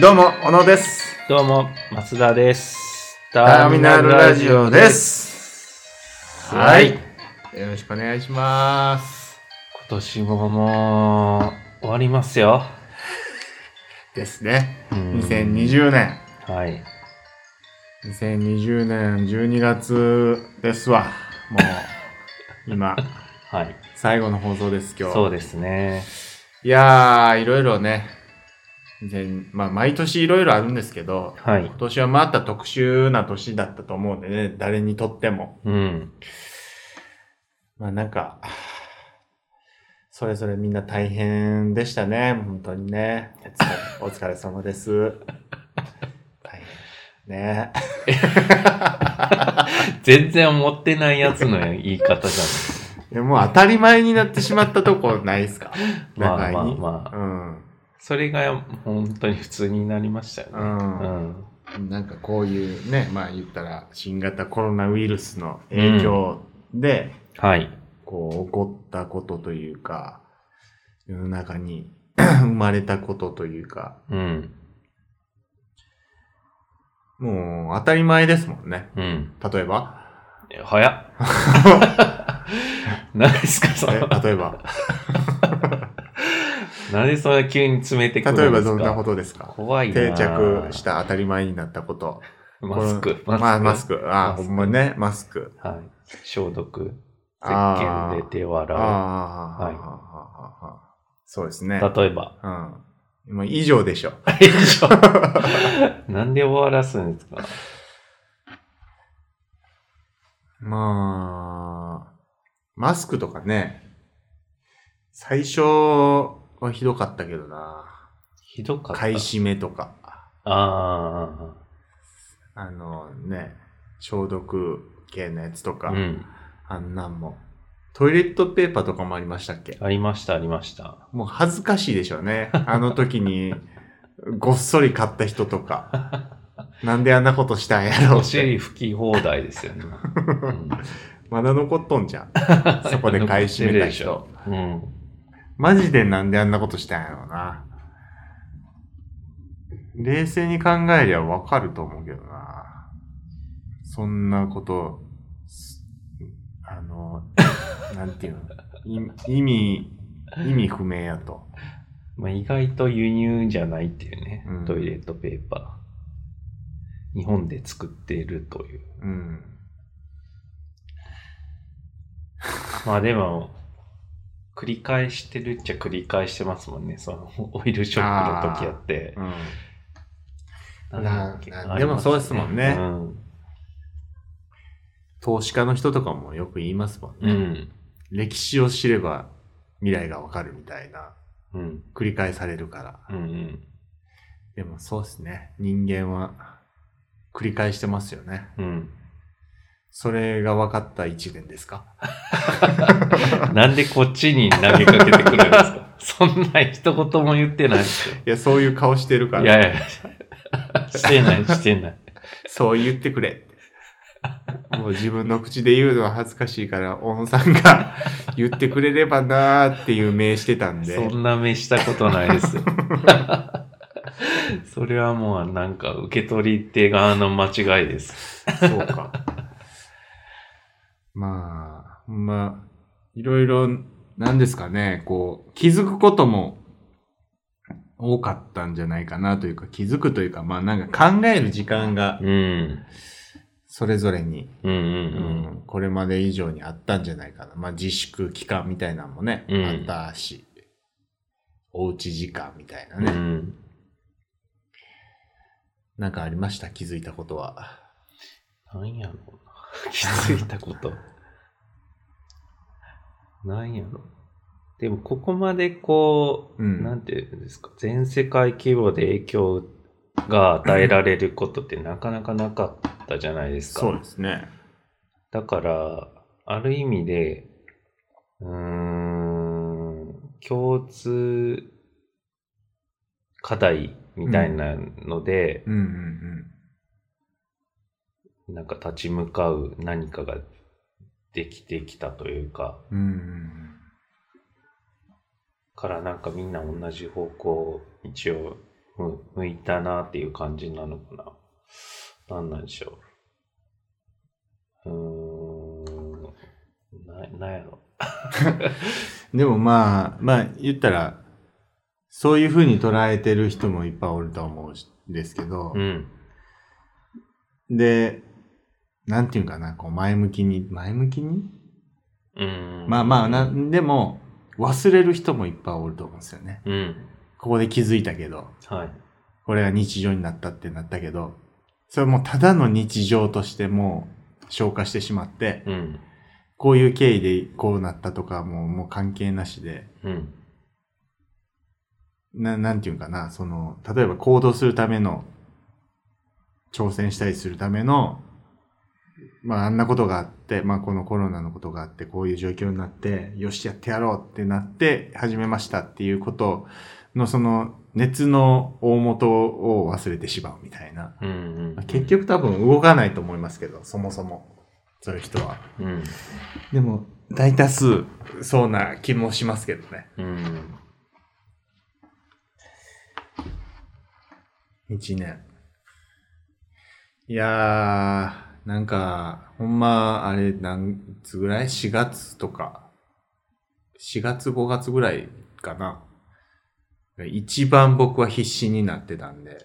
どうも、小野です。どうも、松田です。タターミナルラジオで。す。はい。よろしくお願いします。今年ももう終わりますよ。ですね。うん2020年。はい。 2020年12月ですわ。もう、 今、はい。最後の放送です、今日。そうですね。いやー、いろいろね。全まあ、毎年いろいろあるんですけど、はい今。年はまた特殊な年だったと思うんでね、誰にとっても。うん。まあなんか、それぞれみんな大変でしたね。本当にね。お疲れお疲れ様です。大変。ね。全然思ってないやつの言い方じでもう当たり前になってしまったとこないですか ゃん。まあまあ互いにまあ。うん。それが本当に普通になりましたよね。うんなんかこういうね、まあ言ったら新型コロナウイルスの影響で、はい。こう起こったことというか、世の中に 生まれたことというか、うん。もう当たり前ですもんね。うん。例えば え 早っ。何ですか、その。え例え ば、なんでそんな急に詰めてくるんで例えばすかどんなことですか怖いな定着した当たり前になったこと。マスク。このまあ、マスク。ク。ああ、マスほクんまね、マスク。はい。消毒。石あ鹸で手をああ洗ああはいああそうですね。う。例え ば。うん。もう以上でしょ。以上なんで終わらすんですかまあ、マスクとかね、最初はひどかったけどな。ひどかった。買い占めとか、ああのね、消毒系のやつとあ。か、うん。あんなんも。トイレットペーパーとかもありましたっけありました、ありました。もう恥ずかしいでしょうね。あの時 に、ごっそり買った人とか。なんであんなことしたんやろうおって。尻拭き放題ですよ ね。うんまだ残っとんじゃん。そこで買い占めた人。うん。マジでなんであんなことしたんやろうな。冷静に考えりゃわかると思うけどな。そんなこと、すあの、なんていうの、い意味、意味不明やと。まあ、意外と輸入じゃないっていうね、うんトイレットペーパー。日本で作っているという。うん。まあでも、繰り返してるっちゃ繰り返してますもんね。そのオイルショックの時やって。うん。なんだっけなありなますでもそうですもんねうん。投資家の人とかもよく言いますもんうね。ん。歴史を知れば未来がわかるみたいな、うん。繰り返されるから。うん。でもそうですね。人間は繰り返してますよね。うん。それが分かった一年ですかなんでこっちに投げかけてくるんで すかそんな一言も言ってないですよ。いや、そういう顔してるかいら、やいや、してない、し てない。そう言ってくれって。もう自分の口で言うのは恥ずかしいから、小野さんが言ってくれればなーっていう名してたんで。そんな目したことない ですよ。それはもうなんか受け取り手側の間違いです。そうか。まあ、ほんまあ、いろいろ、なんですかね、こう、気づくことも多かったんじゃないかなというか、気づくというか、まあなんか考える時間がうん。それぞれに、うんうんうんこれまで以上にあったんじゃないかな。まあ自粛期間みたいなのもね、うんあったし、おうち時間みたいなうん。うね、ん。なんかありました、気づいたことは。なんやろうな。気づいたこと。なんやろ。でも、ここまでこう、うんなんていうんですか、全世界規模で影響が与えられることってなかなかなかったじゃないですか。ですね。だから、ある意味で、うーん、共通課題みたいなので、うんうんなんか立ち向かう何かができてきたというか、うん。うんうんからなんかみんな同じ方向を一応うん、向いたなっていう感じなのかな。なんなんでしょう。うーん、な、なんやろ。でもまあ、まあ言ったら、そういうふうに捉えてる人もいっぱいおると思うんですけど、うん、で、なんていうんかな、こう前向きに、前向きにうん。まあまあ、なうん、んでも、忘れる人もいっぱいおると思うんですよね。うん、ここで気づいたけど、はい。これが日常になったってなったけど、それもただの日常としてもう消化してしまって、うん、こういう経緯でこうなったとかもうもう関係なしで、うん、ななんていうんかな、その、例えば行動するための、挑戦したりするための、まああんなことがあって、まあこのコロナのことがあって、こういう状況になって、よしやってやろうってなって始めましたっていうことのその熱の大元を忘れてしまうみたいな。うん、うん。結、局多分動かないと思いますけど、そもそも。そういう人は。うん、でも大多数そうな気もしますけどね。うん。一年。いやー、なんか、ほんま、あれ、なんいつぐらい ?4 月とか。4月、5月ぐらいかな。一番僕は必死になってたんで。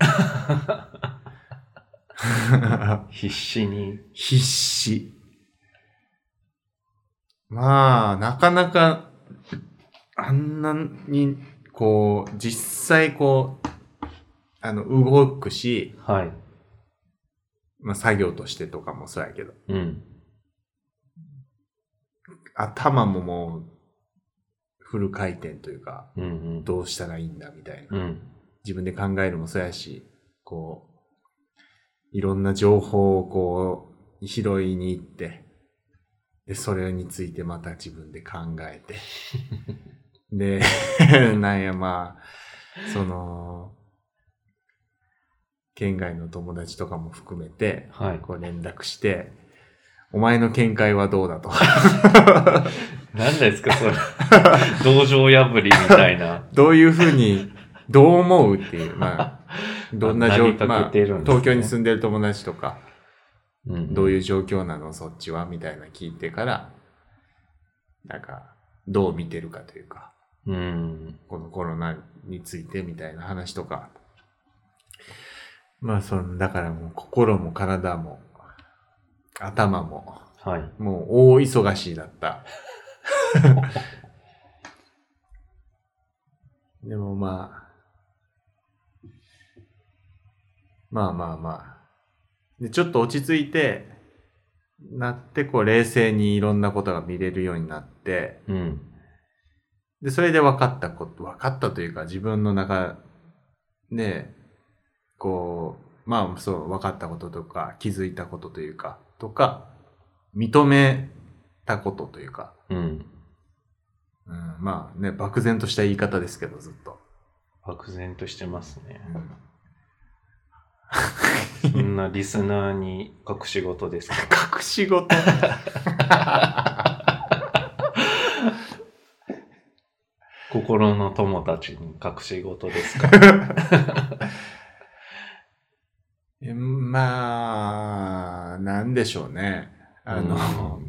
必死に。必死。まあ、なかなか、あんなに、こう、実際こう、あの、動くし、はい。まあ、作業としてとかもそうやけど、うん。頭ももう、フル回転というか、うんうん。どうしたらいいんだみたいな。うん。自分で考えるもそうやし、こう、いろんな情報をこう、拾いに行って、で、それについてまた自分で考え て、で、 なんやまあ、その、県外の友達とかも含めて、はい。こう連絡して、お前の見解はどうだと。 何ですか、それ。 道場破りみたいな。どういうふうに、どう思うっていう、 まあ、どんな状況、成りまあ、立ててるんですね東京に住んでる友達とか、うん。どういうう状況なの、そっちはみたいな聞いてから、なんか、どう見てるかというか、うん。このコロナについてみたいな話とか。まあ、その、だからもう心も体も、頭も、はい。もう大忙しだった。 でもまあ、まあまあまあ。で、ちょっと落ち着いて、なって、こう冷静にいろんなことが見れるようになって、うん。で、それで分かったこと、分かったというか自分の中で、こう、まあそう、分かったこととか、気づいたことというか、とか、認めたことというか、うん。うん、まあね、漠然とした言い方ですけど、ずっと。漠然としてますね。うんそんなリスナーに隠し事です か隠し事心の友たちに隠し事ですかえまあ、なんでしょうね。あの、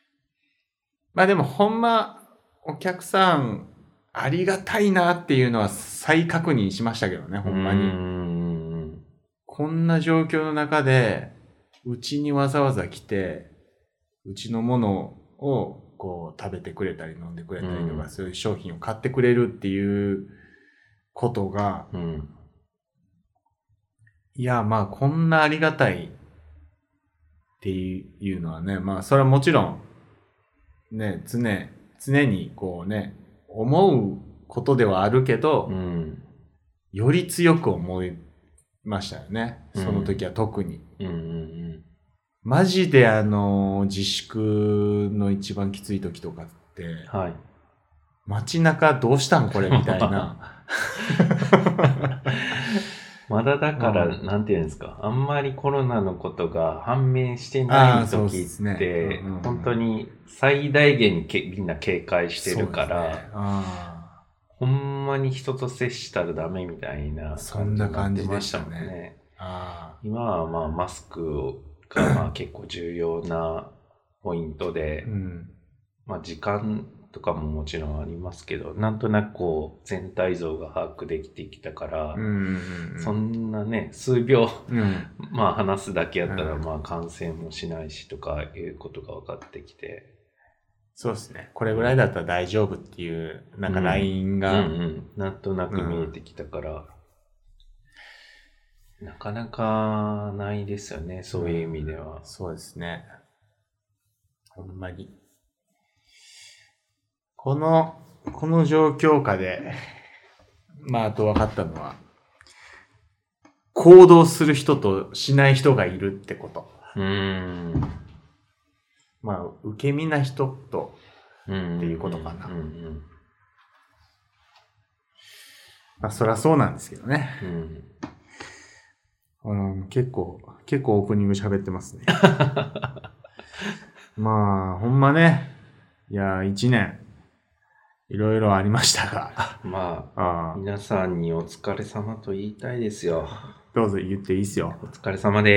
まあでもほんま、お客さん、ありがたいなっていうのは再確認しましたけどね、う ほん、んまうに。ん。こんな状況の中で、うちにわざわざ来て、うちのものをこう食べてくれたり飲んでくれたりとか、うんそういう商品を買ってくれるっていうことが、うん。いや、まあこんなありがたいっていうのはね、まあそれはもちろん、ね、常、常にこうね、思うことではあるけど、うん。より強く思いましたよね。その時は特に。うん。うん。マジであの、自粛の一番きつい時とかって、はい。街中どうしたんこれみたい な。まだだから、うんなんていうんですか、あんまりコロナのことが判明してあなーいそうっ時すっねて、うんうんうん本当に最大限にけみんな警戒してるから、そうですねあほんんまに人と接したらダメみたいなそんな感じでしたね感じになってまねあ今はまあマスクがまあ結構重要なポイントで、あ。うん。まあ、時間とかももちろんありますけどなんとなくこう全体像が把握できてきたから、うん。そんなね数秒 うん。まあ話すだけやったらうんまあ感染もしないしとかいうことが分かってきて、そうですね。これぐらいだったら大丈夫っていう、なんかうんラインうんが、うん、なんとなく見えてきたから、なかなかないですよねそういう意味では。そうですね。ほんまに。この、この状況下で、まあ、あと分かったのは、行動する人としない人がいるってこと。うんまあ、受け身な人と、うんっていうことかなうんうんまあ、そりゃそうなんですけどね。うんうんうん、結構、結構オープニング喋ってます ね。まあ、ほんまね、いやー、一年、いろいろありました が、まああー皆さんにお疲れ様と言いたいですよ。どうぞ言っていいっすよ。お疲れ様お疲で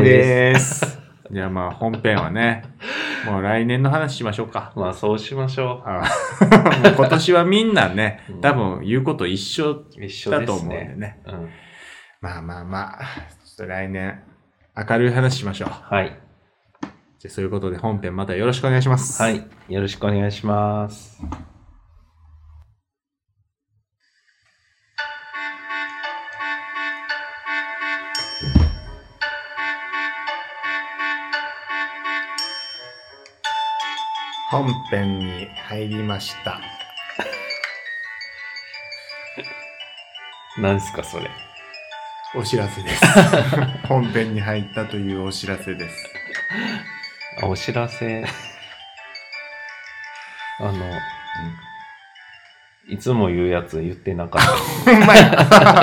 れ様ーす。です。 じゃあまあ本編は ね、もう来年の話しましょうか。まあそうしましょあ ーもう今年はみんなねうん、多分言うこと一緒う。一緒だでと思すうんでね。ね。うん、まあまあまあ、ちょっと来年明るい話しましょう。はい。じゃあそういうことで本編またよろしくお願いします。は。い。よろしくお願いします。本編に入りました。なんすか、それ。お知らせ です。本編に入ったというお知らせです。あ、お知ら せ。あの、いつも言うやつ言ってなかった。 ほんま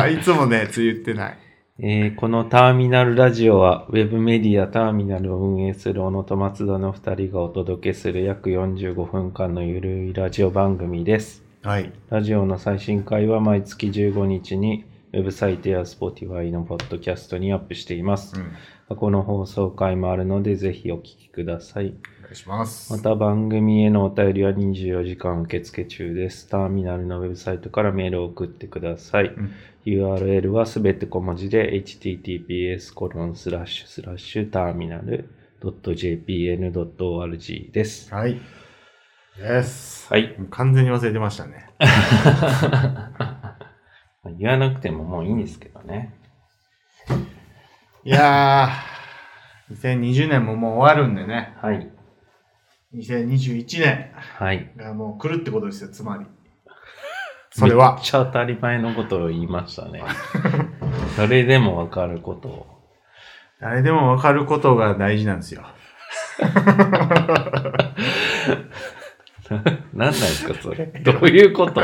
や。 いつもね、つゆ言ってない。えーこのターミナルラジオは、ウェブメディアターミナルを運営する小野と松田の2人がお届けする約45分間のゆるいラジオ番組です。はい。ラジオの最新回は毎月15日に、ウェブサイトや Spotify のポッドキャストにアップしています。ん。過去の放送回もあるので、ぜひお聞きください。お願いします。また番組へのお便りは24時間受付中です。ターミナルのウェブサイトからメールを送ってください。うん URL はすべて小文字で https コロンスラッシュスラッシュターミナル .jpn.org です。はい。です。はい。もう完全に忘れてましたね。言わなくてももういいんですけどね。いやー、2020年ももう終わるんでね。はい。 2021年はい。がもう来るってことですよ、つま り。それはめっ。ちゃ当たり前のことを言いました ね。誰でもわかることを。誰でもわかることが大事なんですよ。何なんですか、 それ。どういうこと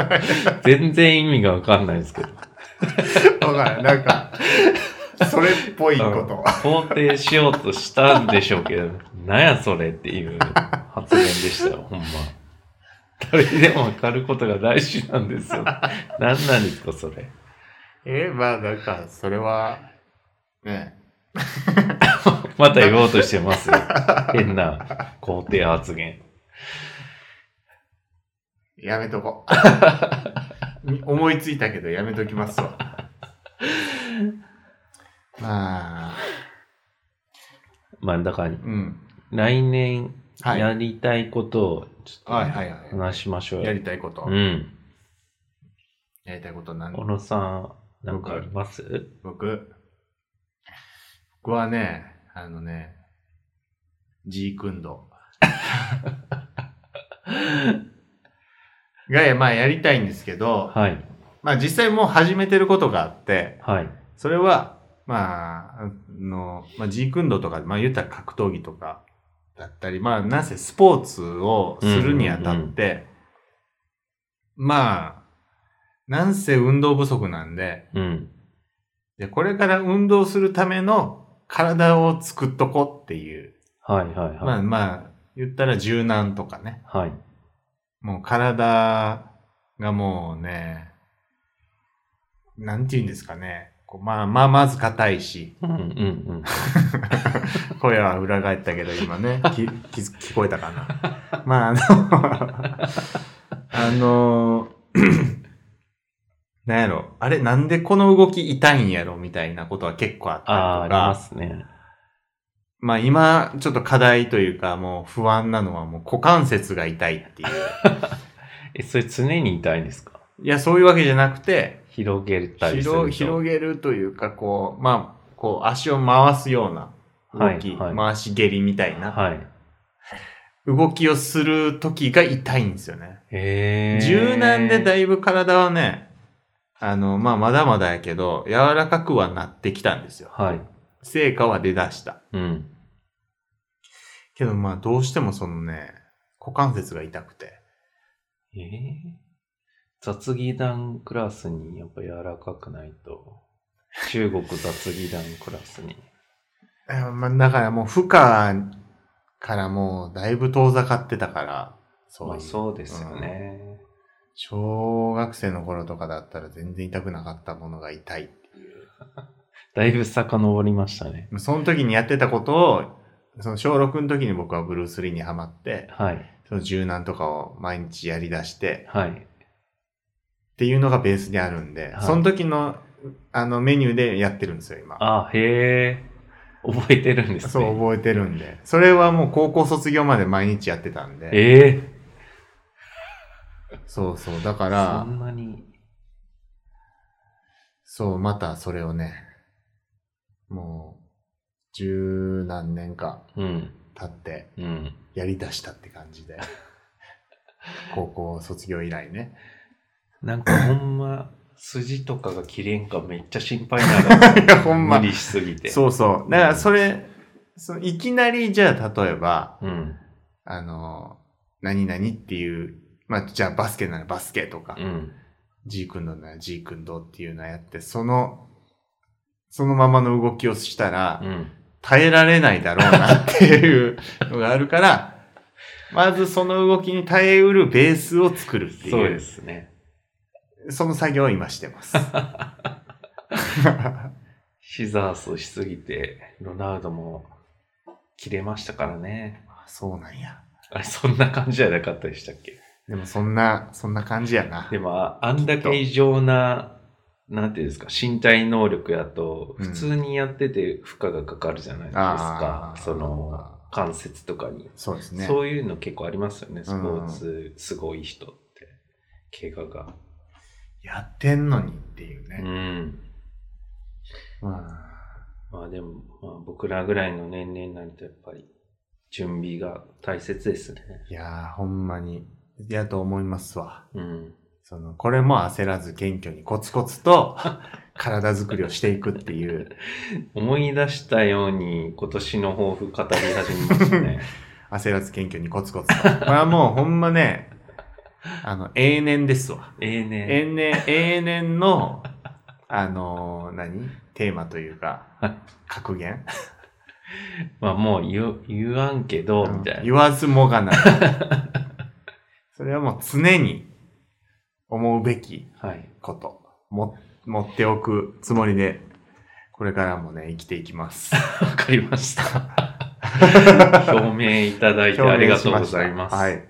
全然意味がわかんないですけど。わかる。なんか、それっぽいこと。肯定しようとしたんでしょうけ ど、なんやそれっていう発言でしたよ、 ほんま。誰でもわかることが大事なんですよ。何なんですか、それ。 え、まあなんか、それは、ね。また言おうとしてます よ。変な肯定発言。やめと こう。み思いついたけどやめときますわ。まあ、まあ、だから、うん。来年はい。やりたいことをちょはいっはいとは話しましょうい。よ。やりたいこと。うん。やりたいことなん小野さん、なんかあります僕、僕はね、あのね、ジークン ド。が、まあやりたいんですけど、はい。まあ実際もう始めてることがあって、はい。それは、まあ、あの、まあ、ジークンドとか、まあ言ったら格闘技とかだったり、まあなんせスポーツをするにあたって、まあ、なんせ運動不足なんで、うん。で、これから運動するための体を作っとこうっていう。はいはいまはあい。まあ、言ったら柔軟とかね。はい。もう体がもうね、なんて言うんですかね。こうまあまあ、まず硬いし。うんうん声は裏返ったけど、今ね、きき聞こえたかな。まあ、あの、 あの、 なんやろ、あれ、なんでこの動き痛いんやろみたいなことは結構あったありあ、あとりかま、すね。まあ今、ちょっと課題というか、もう不安なのはもう股関節が痛いっていう。え、それ常に痛いんですかいや、そういうわけじゃなくて、広げたりすると広広げるというか、こう、まあ、こう足を回すような動き、はいはい回し蹴りみたいな、はい。動きをする時が痛いんですよね。へえ。柔軟でだいいぶ体はね、あの、まあ、まだまだやけど、柔らかくはなってきたんですよ。はい。成果は出だした。うん。けど、まあ、どうしてもそのね、股関節が痛くて。ええ。雑技団クラスにやっぱ柔らかくないと。中国雑技団クラスに。えーまあ、だからもう、負荷からもう、だいぶ遠ざかってたから、 そういうまあそうですよね。小学生の頃とかだったら全然痛くなかったものが痛い。だいぶ遡りましたね。その時にやってたことを、その小6の時に僕はブルース・リーにハマって、はい。その柔軟とかを毎日やり出して、はい。っていうのがベースにあるんで、はいその時のあのメニューでやってるんですよ、今。あ、へえ。覚えてるんですね。そう、覚えてるんで。それはもう高校卒業まで毎日やってたんで。ええ。そうそう。だかそら、んなに。そう、またそれをね、もう、十何年かうん。経って、うん。やり出したって感じ で。高校卒業以来ね。なんかほんま、筋とかが切れんかめっちゃ心配ながら。いや、 ほんま無。理しすぎて。そうそう。だから、それ、そのいきなり、じゃあ、例えば、う。うん。あの、何々っていう、まあ、じゃあ、バスケならバスケとかう、ん。 G 君堂なら G 君堂っていうのをやって、その、そのままの動きをしたらう、ん。耐えられないだろうなっていうのがあるから、 まずその動きに耐えうるベースを作るっていう。そうですね。その作業を今して ます。シザースしすぎて、ロナウドも切れましたからね。そうなんや。あれ、そんな感じじゃなかったでしたっけでもそんな、そんな感じやな。でも、ああんだけ異常な、なんていうんですか、身体能力やと、うん普通にやってて負荷がかかるじゃないですあか。ーその、関節とかに。そうですね。そういうの結構ありますよね、スポーツすごい人って、怪我が。やってんのにっていううね。ん。ままあでも、まあ、僕らぐらいの年齢になるとやっぱり準備が大切ですね。あ、いやー、ほんまに、やと思いますわ。うん。その、これも焦らず謙虚にコツコツと 体づくりをしていくっていう。思い出したように今年の抱負語り始めまし たね。焦らず謙虚にコツコツと。これはもうほんまね、あの、永年ですわ。ええね。永年、永年の、あのー何テーマというか、格言まあもう言う言わんけど、みたい言な。わずもがな。 それはもう常に思うべきはい。こと。も、持っておくつもりで、これからもね、生きていきます。わかり ました。表明いただ いてありがとうござい表明しまます。したはい。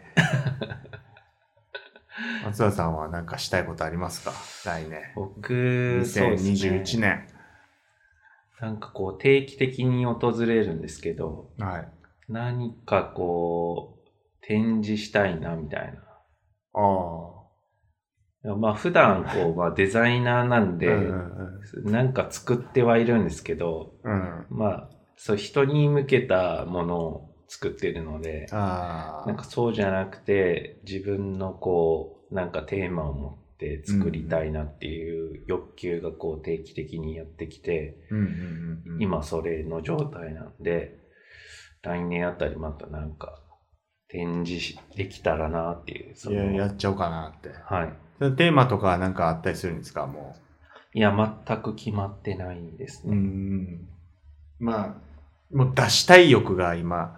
松田さんは何かしたいことありますか来年。僕、そうですね2021年。なんかこう定期的に訪れるんですけど、はい。何かこう展示したいなみたいああ。な。まあ普段こう、まあデザイナーなんでう、んうんなんか作ってはいるんですけど、うん。うん。まあそう人に向けたものを作ってるので、ああ。なんかそうじゃなくて自分のこう、なんかテーマを持って作りたいなっていう欲求がこう定期的にやってきて、うんうんうんうん、今それの状態なんで、来年あたりまたなんか展示しできたらなっていう。そいのや、やっちゃおうかなって。はそのテーマとかは何かあったりするんですかもう。い。いや、全く決まってないんですうね。ん。まあ、もう出したい欲が今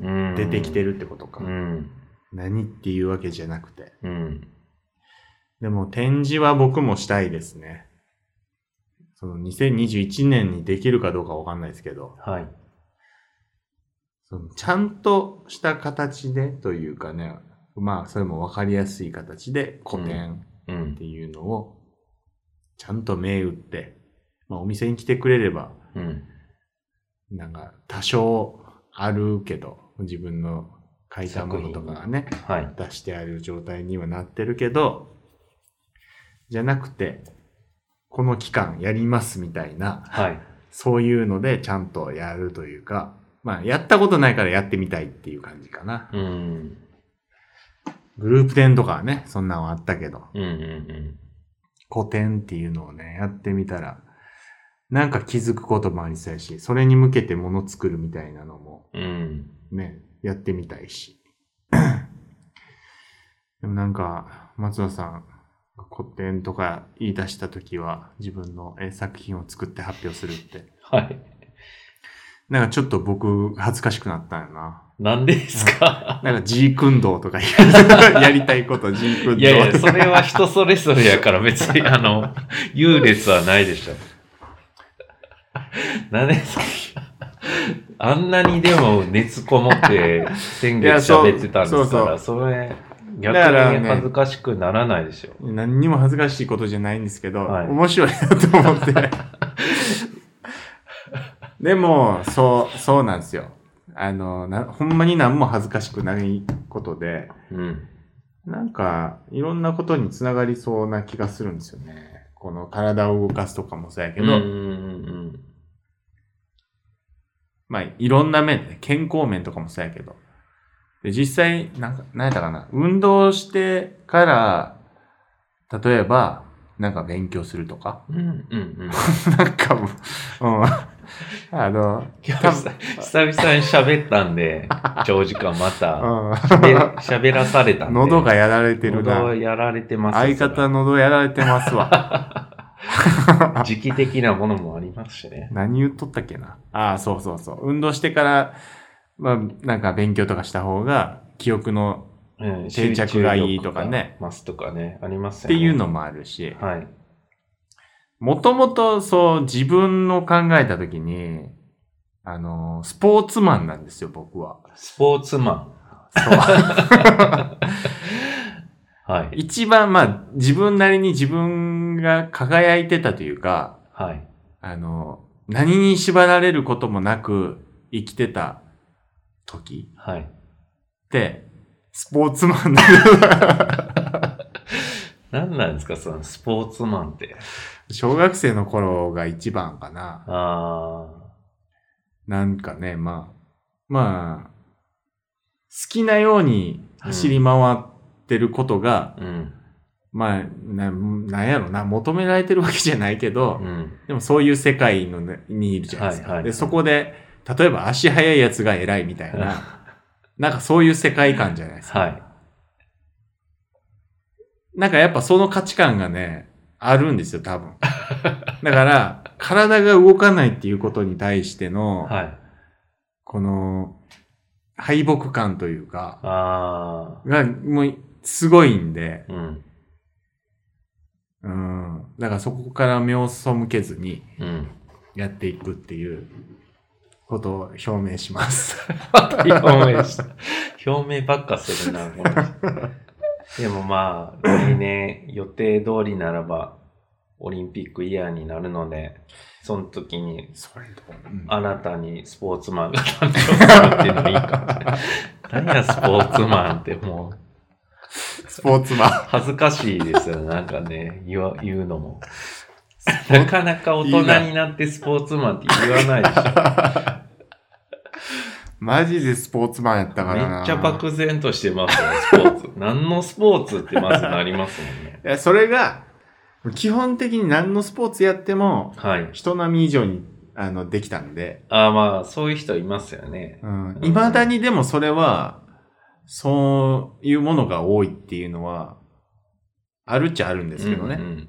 うん出てきてるるってことか。うん。何っていうわけじゃなくて。うん。でも展示は僕もしたいですね。その2021年にできるかどうかわかんないですけど、はい。そのちゃんとした形でというかね、まあそれもわかりやすい形で古典うっん。ていうのをちゃんと銘打って、まあお店に来てくれれば、うん。なんか多少あるけど、自分の書いたものとかがね、はい。出してある状態にはなってるけど、じゃなくて、この期間やりますみたいな、はい。そういうのでちゃんとやるというか、まあ、やったことないからやってみたいっていう感じかな。うん。グループ展とかはね、そんなんはあったけど、うんうん古典っていうのをね、やってみたら、なんか気づくこともありそうやし、それに向けてもの作るみたいなのもうん。うん。ね、やってみたいし。でもなんか、松田さん、古典とか言い出した時は、自分のえー作品を作って発表するって。はい。なんかちょっと僕、恥ずかしくなったんよな。なんでですかなんか G 運動とか言うやりたいこと G 運動いやいや、それは人それぞれやから別に、あの、優劣はないでしょ。何ですかあんなにでも熱こもって先いや月そう喋ってたんですから、それ逆だからにね恥ずかしくならないでしょ。何にも恥ずかしいことじゃないんですけど、はい面白いなと思って。でも、そう、そうなんですよ。あの、な、ほんまに何も恥ずかしくないことで、うん。なんか、いろんなことにつながりそうな気がするんですよね。この体を動かすとかもそうやけうど、んうんまあ、いろんな面でね、健康面とかもそうやけど。で、実際、なんか、何やったかな。運動してから、例えば、なんか勉強するとか。うん。うんうんうん。なんかもう、うん。あの、今日さ久々に喋ったんで、長時間また うで喋らされたんん。で。喉がやられてる喉な。やられてますよ相方喉やられてますわ。時期的なものもありますしね。何言っとったっけな。ああ、そうそうそう。運動してから、まあ、なんか勉強とかした方が、記憶のうん、定着がいいとかね。ますとかね、ありますっよね。ていうのもあるし。はい。もともとそう自分の考えたときに、あの、スポーツマンなんですよ、僕は。スポーツマ ン。はい。一番まあ自分なりに自分が輝いてたというか、はい。あの、何に縛られることもなく生きてた時はい。って、スポーツマンだ。何なんですか、そのスポーツマンって。小学生の頃が一番かな。あなんかね、まあ、まあ、好きなように走り回ってることが、あ、うん。まあ、な、なんやろな、求められてるわけじゃないけど、うん。でもそういう世界のね、にいるじゃないですか。はいはいで、そこで、例えば足速いやつが偉いみたい な、なんかそういう世界観じゃないですか。はい。なんかやっぱその価値観がね、あるんですよ、 多分。だから、体が動かないっていうことに対しての、はい。この、敗北感というか、あが、もう、すごいんで、あ。うん。うん。だからそこから目を背けずに、うん。やっていくっていうことを表明し ます。表明した。表明ばっかするな、この人 でもまあ、来年予定通りならば、オリンピックイヤーになるので、その時にそれと、うん新たにスポーツマンが誕生するっていうのもいいかもし れない。何やスポーツマンってもう、スポーツマン。恥ずかしいですよ。なんかね、言わ言うのも。なかなか大人になってスポーツマンって言わないでしょ。マジでスポーツマンやったからな。めっちゃ漠然としてますね、スポ ーツ。何のスポーツってまずなりますもんね。いやそれが、基本的に何のスポーツやっても、はい。人並み以上にあのできたんで、ああまあ、そういう人いますよね。うん。未だにでもそれは、そういうものが多いっていうのは、あるっちゃあるんですけどうんね。うん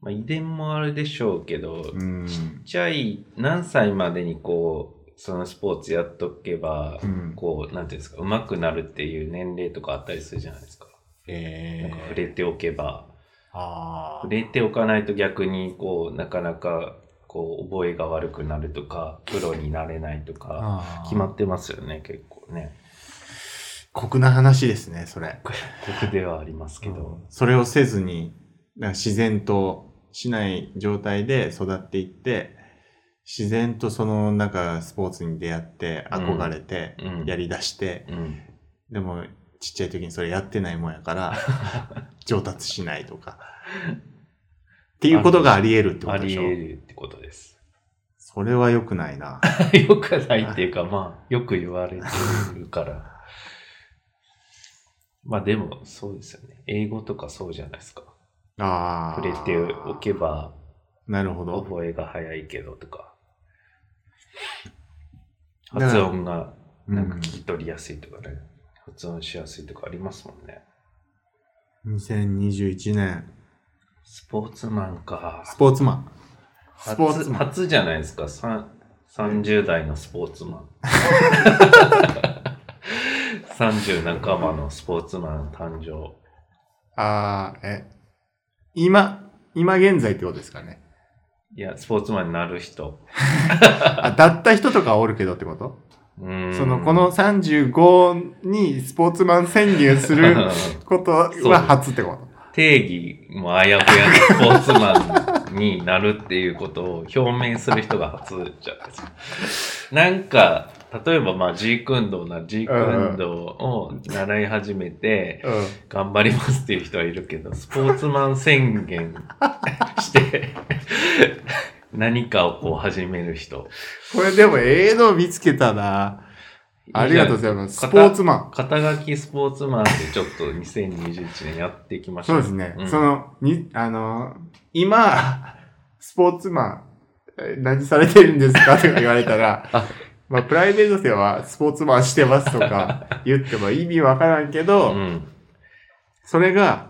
まあ、遺伝もあるでしょうけど、ちっうん。ちゃい、何歳までにこう、そのスポーツやっとけば、うんこう、なんていうんですか、上手くなるっていう年齢とかあったりするじゃないですか。えなんか触れておけば。ああ触。れておかないと逆に、こう、なかなかこう、覚えが悪くなるとか、プロになれないとか、あ決決ままっってますよね、結構ね。酷な話ですね、それ。僕ではありますけうどん。それをせずに、なんか自然としない状態で育っていって、自然とその、なんか、スポーツに出会って、憧れて、うん。やり出して、うん。でも、ちっちゃい時にそれやってないもんや から、上達しないとか。っていうことがあり得るってこあとでりしょ得るってことです。 それは良くないな。よくないって いうか、まあ、よく言われてるから。まあでも、そうですよね。英語とかそうじゃないですか。ああ。触れておけば、なるほど。覚えが早いけどとか。だから発音が、なんかう聞き取りやすいとかね。発音しやすいとかありますもんね。 2021年、スポーツマンか。スポーツマン。スポーツ初マン。初じゃないですか。さん30代のスポーツ マン。30仲間のスポーツマン誕生。ああ、え、今、今現在ってことですかね。いや、スポーツマンになる人。あ、だった人とかおるけどってことうーんその、 この35にスポーツマン潜入す ることは初ってこと定義もあやふやなスポーツマンになるっていうことを表明する人が初じゃないですか。なんか、例えばまあ G 運動な G 運動を習い始めて、うん。頑張りますっていう人はいるけど、スポーツマン宣言して、 何かをこう始める人。これでも、ええの見つけたな。ありがとうございます。ス片ポーツマン。肩書きスポーツマンでちょっと2021年やっていきましそょうう。ですね。うんその、に、あの、今、スポーツマン、え何されてるんですかとか言われたら あ、まあ、プライベートではスポーツマンしてますと か言っても意味わからんけど、うん。それが、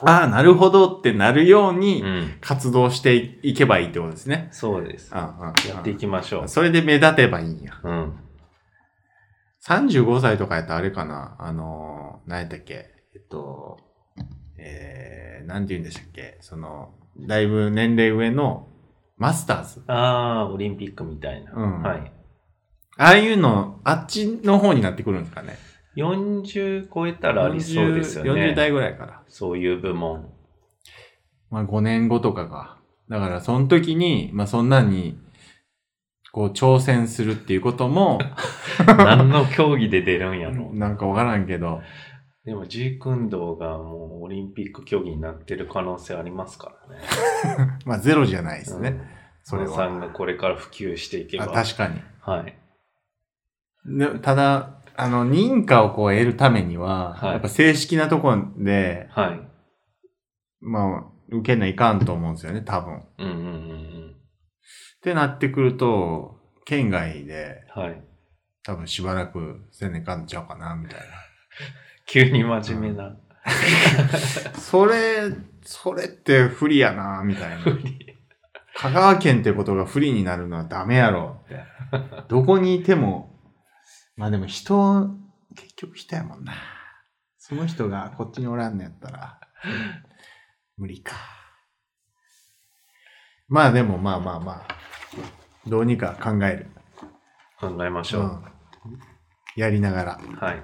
ああ、なるほどってなるよううにん。活動していけばいいってことですね。そうです。あやっていきましょう。それで目立てばいいんや。うん。 35歳とかやったらあれかなあのー、何やったっけえっと、えー、なんて言うんでしたっけその、だいぶ年齢上のマスターズ。ああ、オリンピックみたいな。うんはい。ああいうの、あっちの方になってくるんですかね。 40超えたらありそうですよね。 40 40代ぐらいから。そういう部門。 まあ5年後とかが。だからその時に、まあそんなに、こう挑戦するっていうこと も、何の競技で出るんやろう。なんかわからんけど、でも、ジーク運動がもうオリンピック競技になってる可能性ありますからね。まあゼロじゃないですうね。ん。そそれれさんは。がこれから普及していけば。あ確かに。はい。でただ、あの、認可をこう得るためには、はいやっぱ正式なところで、はい。まあ、受けないかんと思うんですよね、多分。っうんうんうんてなってくると、県外で、うん。はい。多分しばらくせねかんちゃうかな、みたい急に真面目な。な。それ、それって不利やな、みたいな。香川県ってことが不利になるのはダメやろって。どこにいても、まあでも人、結局人やもんな。その人がこっちにおらんのやったら、無理か。まあでもまあまあまあ、どうにか考える。考えましょう。うんやりながら。はい。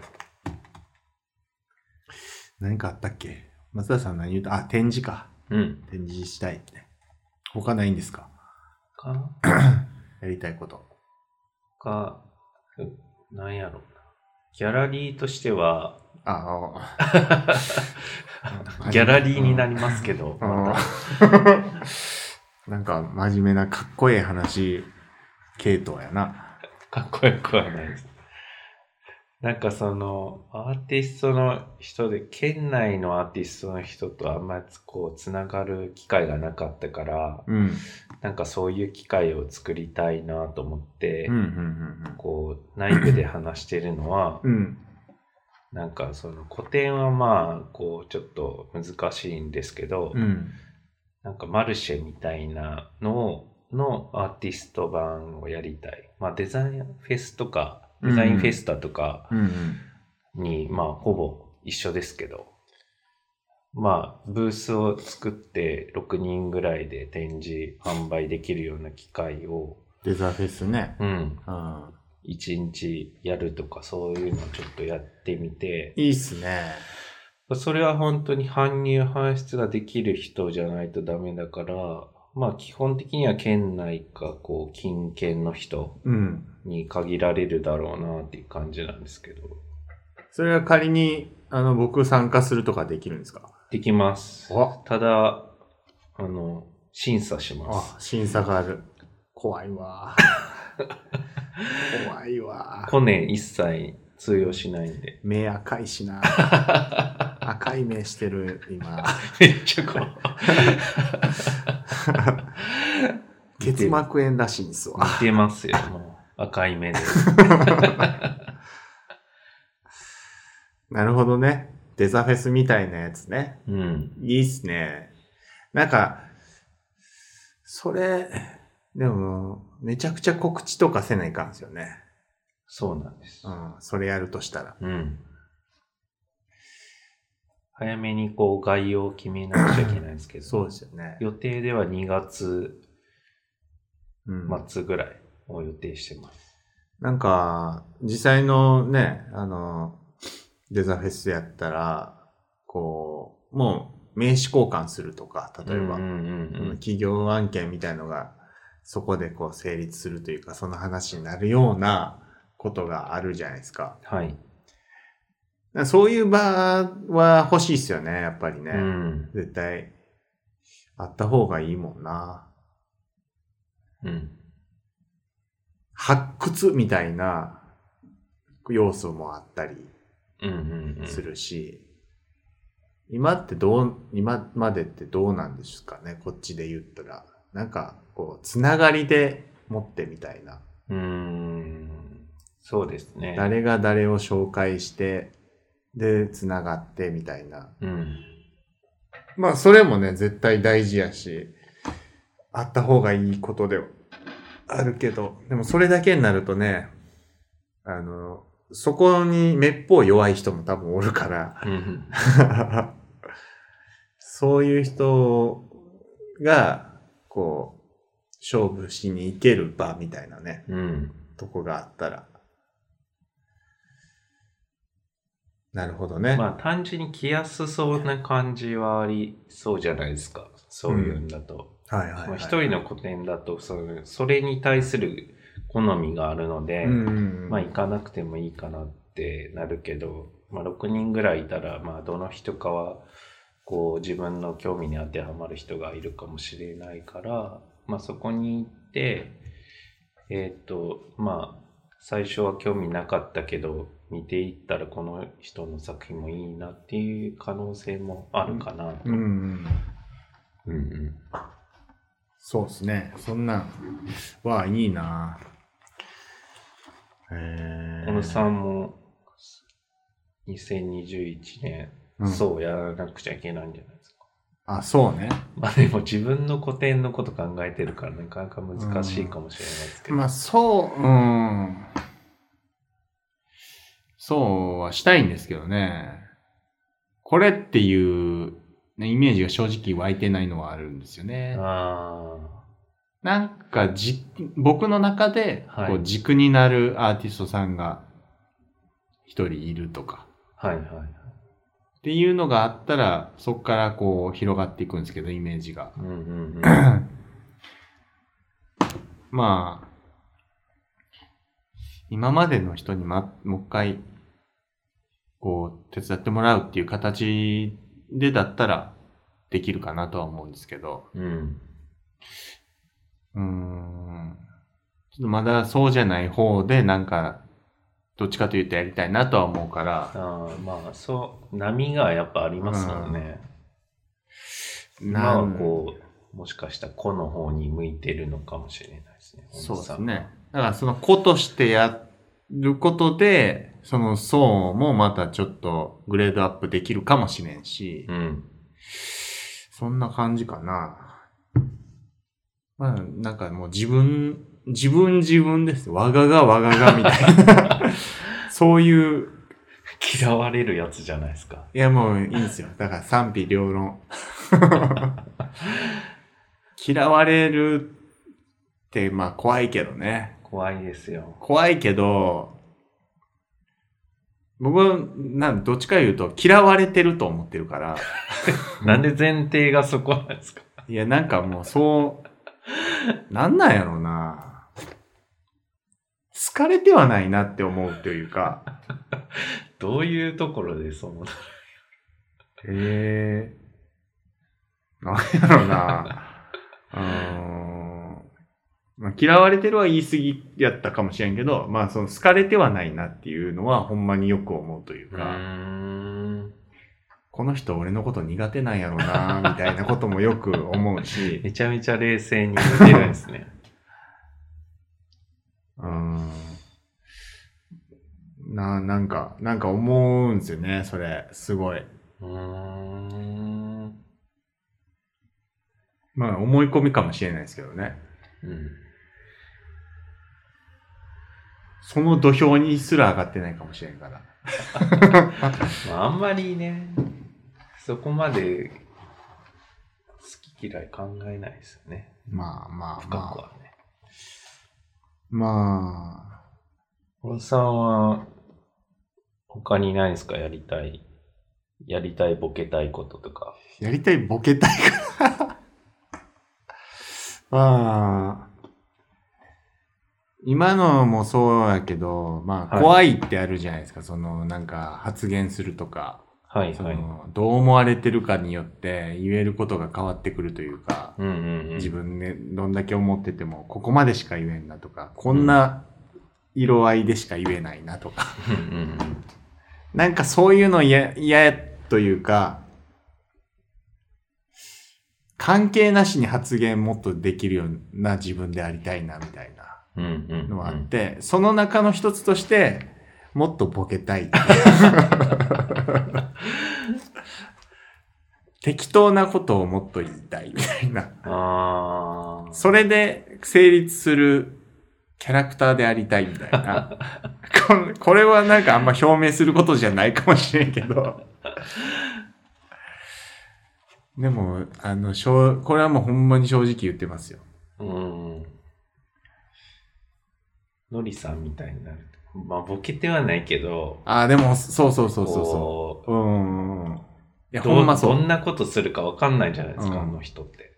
何かあったっけ松田さん何言うと、あ、展示か。うん。展示したいって。他ないんですかか、やりたいこと。か、うなんやろうな。ギャラリーとしては、ああ。 ギャラリーになりますけど、またあー なんか真面目なかっこええ話系統やな。 かっこよくはないです。なんかその、アーティストの人で、県内のアーティストの人とあんまりこう、つながる機会がなかったから、うん。なんかそういう機会を作りたいなと思って、うんうんこう、内部で話してるのはうんう、ん。うん。なんかその古典はまあ、こう、ちょっと難しいんですけど、うん。なんかマルシェみたいなのを、のアーティスト版をやりたい。まあデザインフェスとか、デザインフェスタとかうんうん。に、まあほぼ一緒ですけど、まあ、ブースを作って6人ぐらいで展示、販売できるような機会を、デザフェスね。うん、うん。 1日やるとかそういうのをちょっとやってみて、いいっすね。それは本当に搬入搬出ができる人じゃないとダメだから、まあ基本的には県内かこう近県の人うん。に限られるだろうなっていう感じなんですけど、それは仮に、あの、僕参加するとかできるんですかできます。あただ、あの、審査しますあ、。審査がある。怖い わ。怖いわ。コネ一切通用しない んで。目赤いしな。赤い目してる、今。めっちゃ怖い。見て結膜炎らしいんですわ。似てますよ、もう。赤い目で。なるほどね。デザフェスみたいなやつね。うん。いいっすね。なんか、それ、でも、めちゃくちゃ告知とかせないかんですよね。そうなんですう。ん、それやるとしたら。うん。早めにこう概要を決めなくちゃいけないんですけど、そうですよね。予定では2月うん、末ぐらいを予定してます。なんか、実際のね、あの、デザフェスやったら、こう、もう名刺交換するとか、例えば、うんうんそのうん企業案件みたいのが、そこでこう成立するというか、その話になるようなことがあるじゃないですか。はい。だからそういう場は欲しいっすよね、やっぱりね。うん。絶対、あった方がいいもんな。うん。発掘みたいな要素もあったりうんうんうん。するし、今ってどう、今までってどうなんですかね、こっちで言ったら。なんか、こう、つながりで持ってみたいな。うーん。そうですね。誰が誰を紹介して、で、つながってみたいな。うん。まあ、それもね、絶対大事やし、あった方がいいことではあるけど、でもそれだけになるとね、あの、そこに滅法弱い人も多分おるから、うん。そういう人が、こう、勝負しに行ける場みたいなね、うん。とこがあったら。なるほどね。まあ単純に来やすそうな感じはありそうじゃないですか。そういうんだと。はいはい、まはあ、い。一人の個展だとそのそれに対する好みがあるので、うんうんうんまあ行かなくてもいいかなってなるけど、まあ、6人ぐらいいたら、まあ、どの人かはこう自分の興味に当てはまる人がいるかもしれないから、まあ、そこに行ってえっ、とまあ最初は興味なかったけど見ていったらこの人の作品もいいなっていう可能性もあるかなと。うんうんうんうんそうですね。そんなんはいいなえ小野さんも2021年、うんそうやらなくちゃいけないんじゃないですか。あ、そうね。まあでも自分の個展のこと考えてるからなかなか難しいかもしれないですけど。まあ、そう、うん。そうはしたいんですけどね。これっていう、ね、イメージが正直湧いてないのはあるんですよね。あなんかじ、僕の中で、はいこう軸になるアーティストさんが一人いるとか。あ、はいはいはい。っていうのがあったら、そこからこう広がっていくんですけど、イメージが。うんうんうん。まあ、今までの人にま、もう一回、こう、手伝ってもらうっていう形でだったら、できるかなとは思うんですけど、うん。うーん。ちょっとまだそうじゃない方で、なんか、どっちかというとやりたいなとは思うから、ああまあそう、波がやっぱありますよね。な今んはこう、もしかしたら個の方に向いてるのかもしれないですね。そうです小野さん。ね。だからその子としてやることで、その層もまたちょっとグレードアップできるかもしれんし、うん。そんな感じかな。まあ、なんかもう自分、自分自分です。わががわががみたいな。そういう嫌われるやつじゃないですか。いや、もういいんですよ。だから賛否両論。嫌われるって、まあ怖いけどね。怖いで すよ。怖いけど、僕は、なん、どっちか言うと嫌われてると思ってるから、なんで前提がそこなんですかいや、なんかもうそう、なんなんやろうな。好かれてはないなって思うというか、どういうところでそう思っええなんやろな。うーん。まあ、嫌われてるは言い過ぎやったかもしれんけど、まあその好かれてはないなっていうのはほんまによく思うというたか、ん。この人俺のこと苦手なんやろ な、みたいなこともよく思うし、めちゃめちゃ冷静に見てるんですね。うーん。な、なんか、なんか思うんですよね、それ。すごい。うーん。うん。まあ思い込みかもしれないですけどね。その土俵にすら上がってないかもしれんから。まあ、あんまりね、そこまで好き嫌い考えないですよね。まあまあ深くまあ。はね。まあ、小野さんは、他にないですかやりたい。やりたい、ボケたいこととか。やりたいボケたいから。 まあ、今のもそうやけど、まあはい怖いってあるじゃないですか。そのなんか発言するとか、はいそはい。うんのどう思われてるかによって言えることが変わってくるというか、うんうん。自分でどんだけ思っててもここまでしか言えんなとか、こんな色合いでしか言えないなとか。うんうんうん。なんかそういうの嫌、嫌やというか、関係なしに発言もっとできるような自分でありたいなみたいなうんうんうんのはあって、その中の一つとして、もっとボケたい。 適当なことをもっと言いたいみたいな。ああ。それで成立するキャラクターでありたいみたいな。これこれはなんかあんま表明することじゃないかもしれんけど。でも、あの、しょうこれはもうほんまに正直言ってますよ。うん。のりさんみたいになる。まあ、ボケてはないけど、ああ、でも、そうそうそうそうそう。こうんうんうん。いや、うほんまどそどんう。なことするかわかんないじゃないですか、うんあの人って。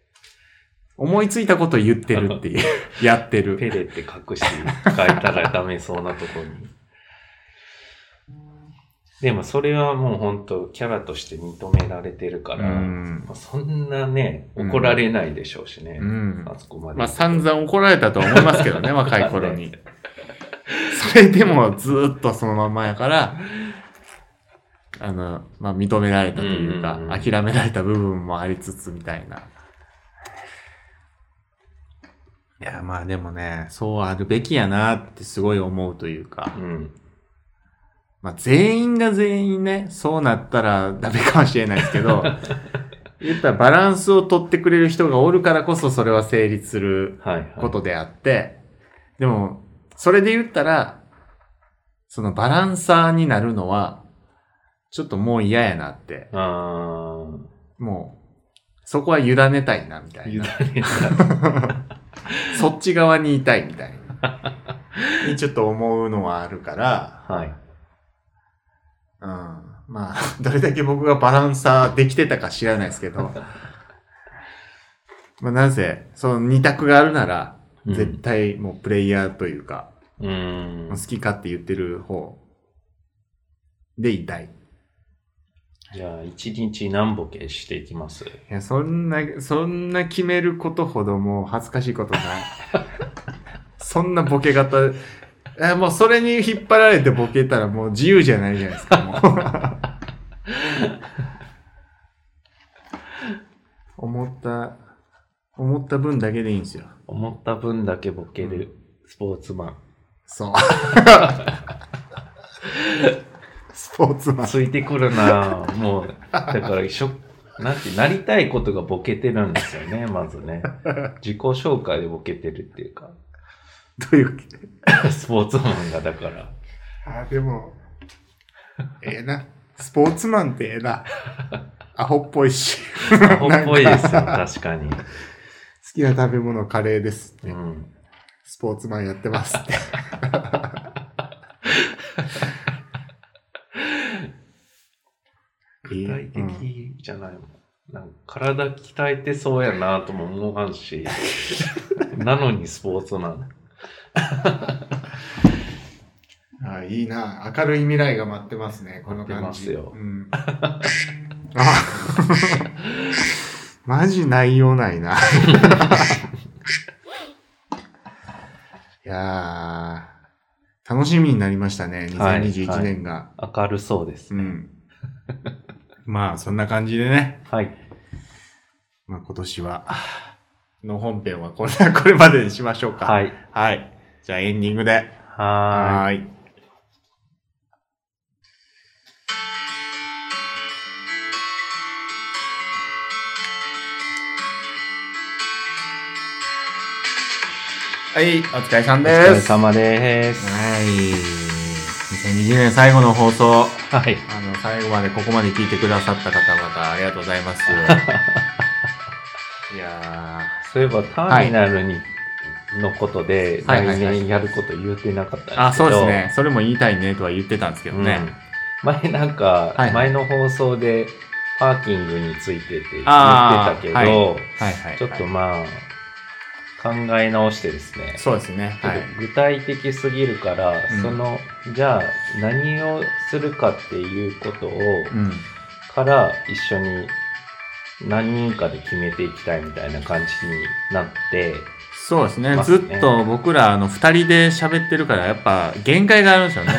思いついたこと言ってるっていう。 やってペる。レって隠し、書いたらダメそうなとこに。 でもそれはもう本当キャラとして認められてるから、うんまあそんなね、怒られないでしょうしね。うん。あそこまで。まあ散々怒られたとは思いますけど ね、若い頃に。それでもずーっとそのまんまやから、あの、まあ認められたというか、うんうんうん諦められた部分もありつつみたいな。いや、まあでもね、そうあるべきやなってすごい思うというかう、ん。まあ全員が全員ね、そうなったらダメかもしれないですけ ど、言ったらバランスを取ってくれる人がおるからこそそれは成立するはい、はい。ことであって、でも、それで言ったら、そのバランサーになるのは、ちょっともう嫌やなって、ああ。もう、そこは委ねたいな、みたい委ねな。た。そっち側にいたい、みたいな。 にちょっと思うのはあるから、はい。うん。まあ、どれだけ僕がバランサーできてたか知らないですけど、まあ、なぜ、その二択があるなら、うん絶対もうプレイヤーというか、うーん好。き勝手言ってる方でいたい。じゃあ、一日何ボケしていきますいや、そんな、そんな決めることほどもう恥ずかしいことない。そんなボケ方、いやもうそれに引っ張られてボケたらもう自由じゃないじゃないですか、もう。思った、思った分だけでいいんですよ。思った分だけボケるスポーツマン。そう。スポーツマン。 ついてくるなぁもう、だから、しょ、なんて、なりたいことがボケてるんですよね、まずね。自己紹介でボケてるっていうか、 というスポーツマンがだから。あ、でも、ええな。スポーツマンってええ な。アホっぽいし。アホっぽいですよ、なんか確かに。好きな食べ物カレーですって、うん。スポーツマンやってます って。具体的じゃないもん。なんか体鍛えてそうやなとも思わんし、 なのにスポーツマン。ああいいな。明るい未来が待ってますね、この待って感まじ。すようん、あ マジ内容ないな。いやー、楽しみになりましたね、はい2021年が。明るそうですうね。ん。まあ、そんな感じでね、はい。まあ今年は、の本編はこれ、これまでにしましょうか。。はいい。はい。じゃあエンディングで。はーい。ーい。はい、お疲れさんおで疲れす。様です。はい。2020年最後の放送。はい。あの、最後までここまで聞いてくださった方々、ありがとうござ います。いやそういえば、ターミナルに、のことで、はいはいは来い年やること言うてなかったんですけど、ーあ、そうですね。それも言いたいねとは言ってたんですけどね。うん、前なんか、はい前の放送でパーキングについてって言ってあたーけど、はいはい。ちょっとまあ、考え直してですね、そうですね。はい。具体的すぎるから、んその、じゃあ何をするかっていうことを、うん。から一緒に何人かで決めていきたいみたいな感じになって、そうですね。ますずねっと僕ら、あの、二人で喋ってるから、やっぱ限界があるんですよね。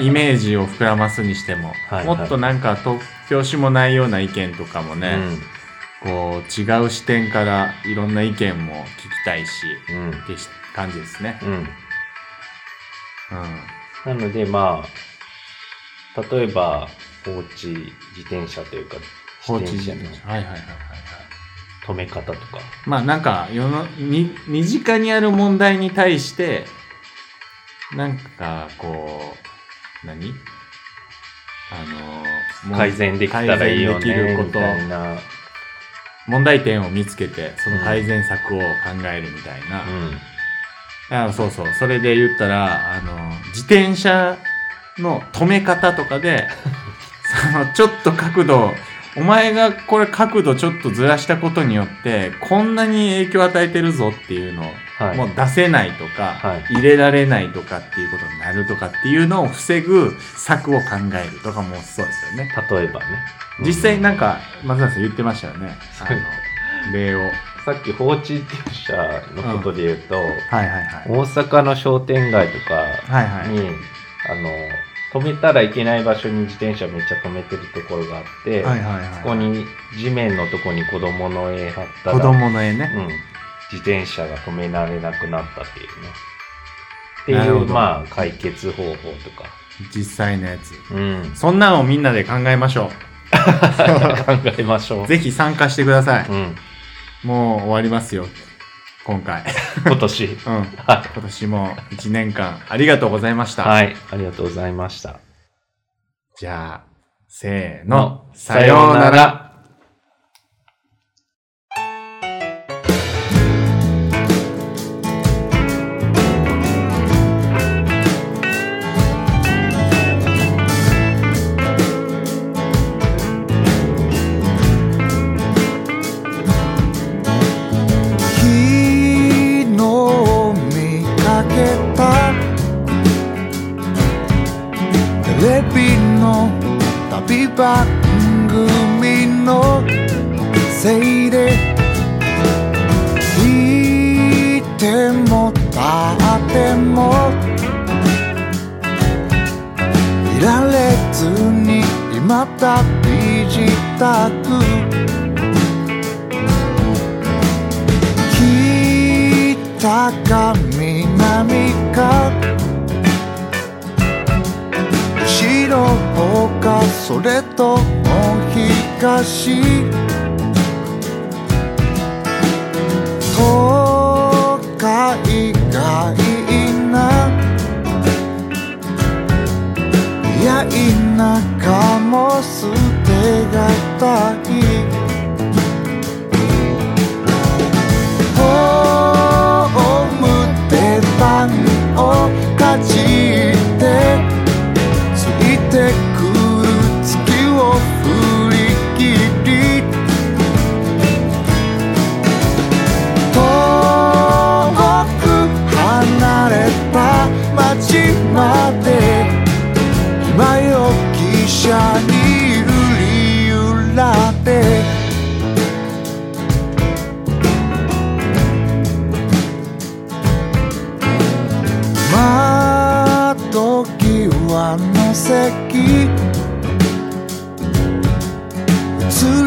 イメージを膨らますにしても。はいもっとなんか、突拍子もないような意見とかもね、こう、違う視点からいろんな意見も聞きたいし、うん、うん、ってし感じですね。うん。うん。なのでまあ、例えば放置自転車というか、放置自時転車のはいはいはいはいはい。止め方とか、まあなんか世のに身近にある問題に対してなんかこう何あのもう改善できたらいいよ改善できね、るこみとたいな。問題点を見つけてその改善策を考えるみたいな、うん。あそうそうそれで言ったらあの自転車の止め方とか でそのちょっと角度お前がこれ角度ちょっとずらしたことによってこんなに影響を与えてるぞっていうのをはい。もう出せないとか、はい入れられないとかっていうことになるとかっていうのを防ぐ策を考えるとかもそうですよね。例えばね。実際ななんか、松田さん言ってましたよ ね。そうあの、例を。はいさっき放置自転車のことで言うと、はいはい。大阪の商店街とかはいはい。に、あの、止めたらいけない場所に自転車めっちゃ止めてるところがあって、はいはいそこはい。に地面のとこに子供の絵貼ったら、子供の絵ね。うん、自転車が止められなくなったっていうね。ってないるほう、どまあ、解決方法とか。実際のやつ。うん。そんなんをみんなで考えましょ 考えましょう。う。ぜひ参加してください。うん。もう終わりますよ。今 回。今年。うん。はい。今年も1年間ありがとうございました。はい。ありがとうございました。じゃあ、せーのの、さようなら。昨日見かけたテレビの旅番組のせいでいてもたってもいられずに今旅自宅北か南か後ろかそれとも東都会がいいないやいいなたいホームでパンをかじってついてくる月を振り切り遠く離れた街まで今よ汽車にいる理由だって窓際の席映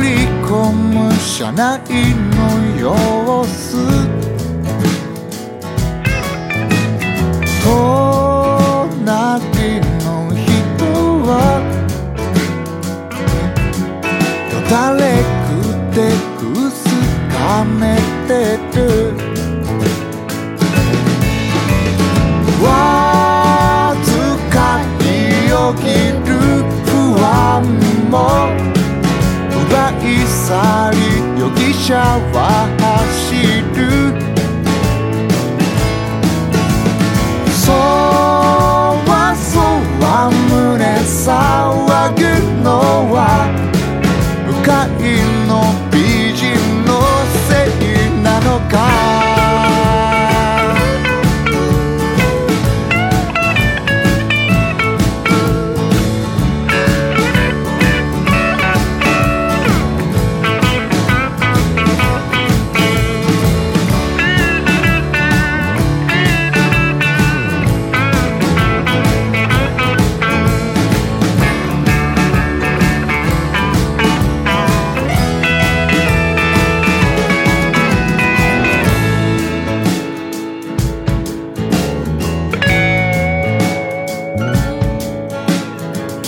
り込む車内の様子隣の人はよだれくてくすかめてるわずかに起きる不安も奪い去り容疑者は走るそわそわ胸騒ぐのは向かいの美人のせいなのか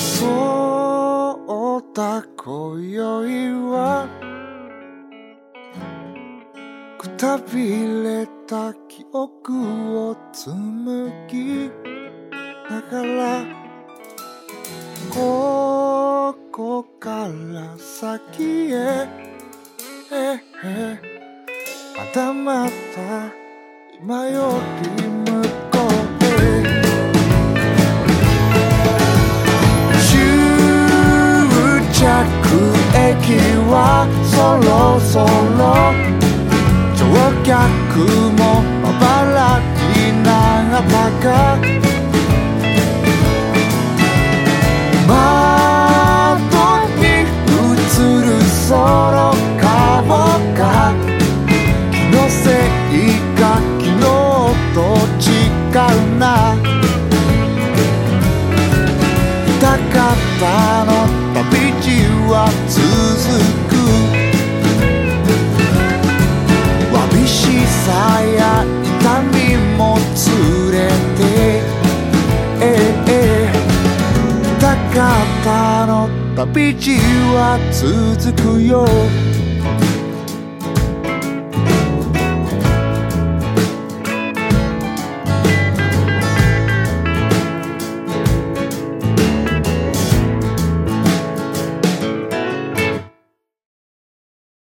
そうだ今宵はくたびれた記憶を紡ぎながらここから先へええまたまた今より向こうへ終着駅はそろそろ乗客もまばらになったか窓に映るその顔が気のせいか昨日と違うな高田の旅路は続くわびしさや痛みも連れて、ええ、高田の旅路は続くよ